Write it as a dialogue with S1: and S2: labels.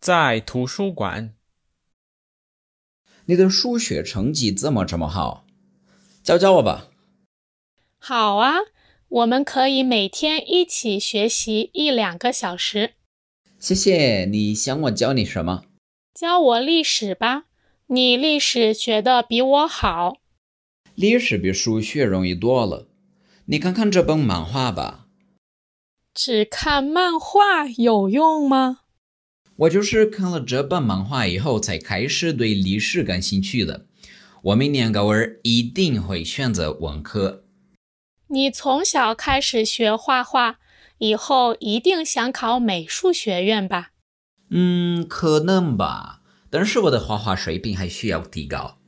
S1: 在图书馆，
S2: 你的数学成绩怎么这么好？教教我吧。
S3: 好啊，我们可以每天一起学习一两个小时。
S2: 谢谢，你想我教你什么？
S3: 教我历史吧，你历史学的比我好。
S2: 历史比数学容易多了。你看看这本漫画吧。
S3: 只看漫画有用吗？
S2: 我就是看了这本漫画以后，才开始对历史感兴趣的。我明年高二一定会选择文科。
S3: 你从小开始学画画，以后一定想考美术学院吧？
S2: 嗯，可能吧，但是我的画画水平还需要提高。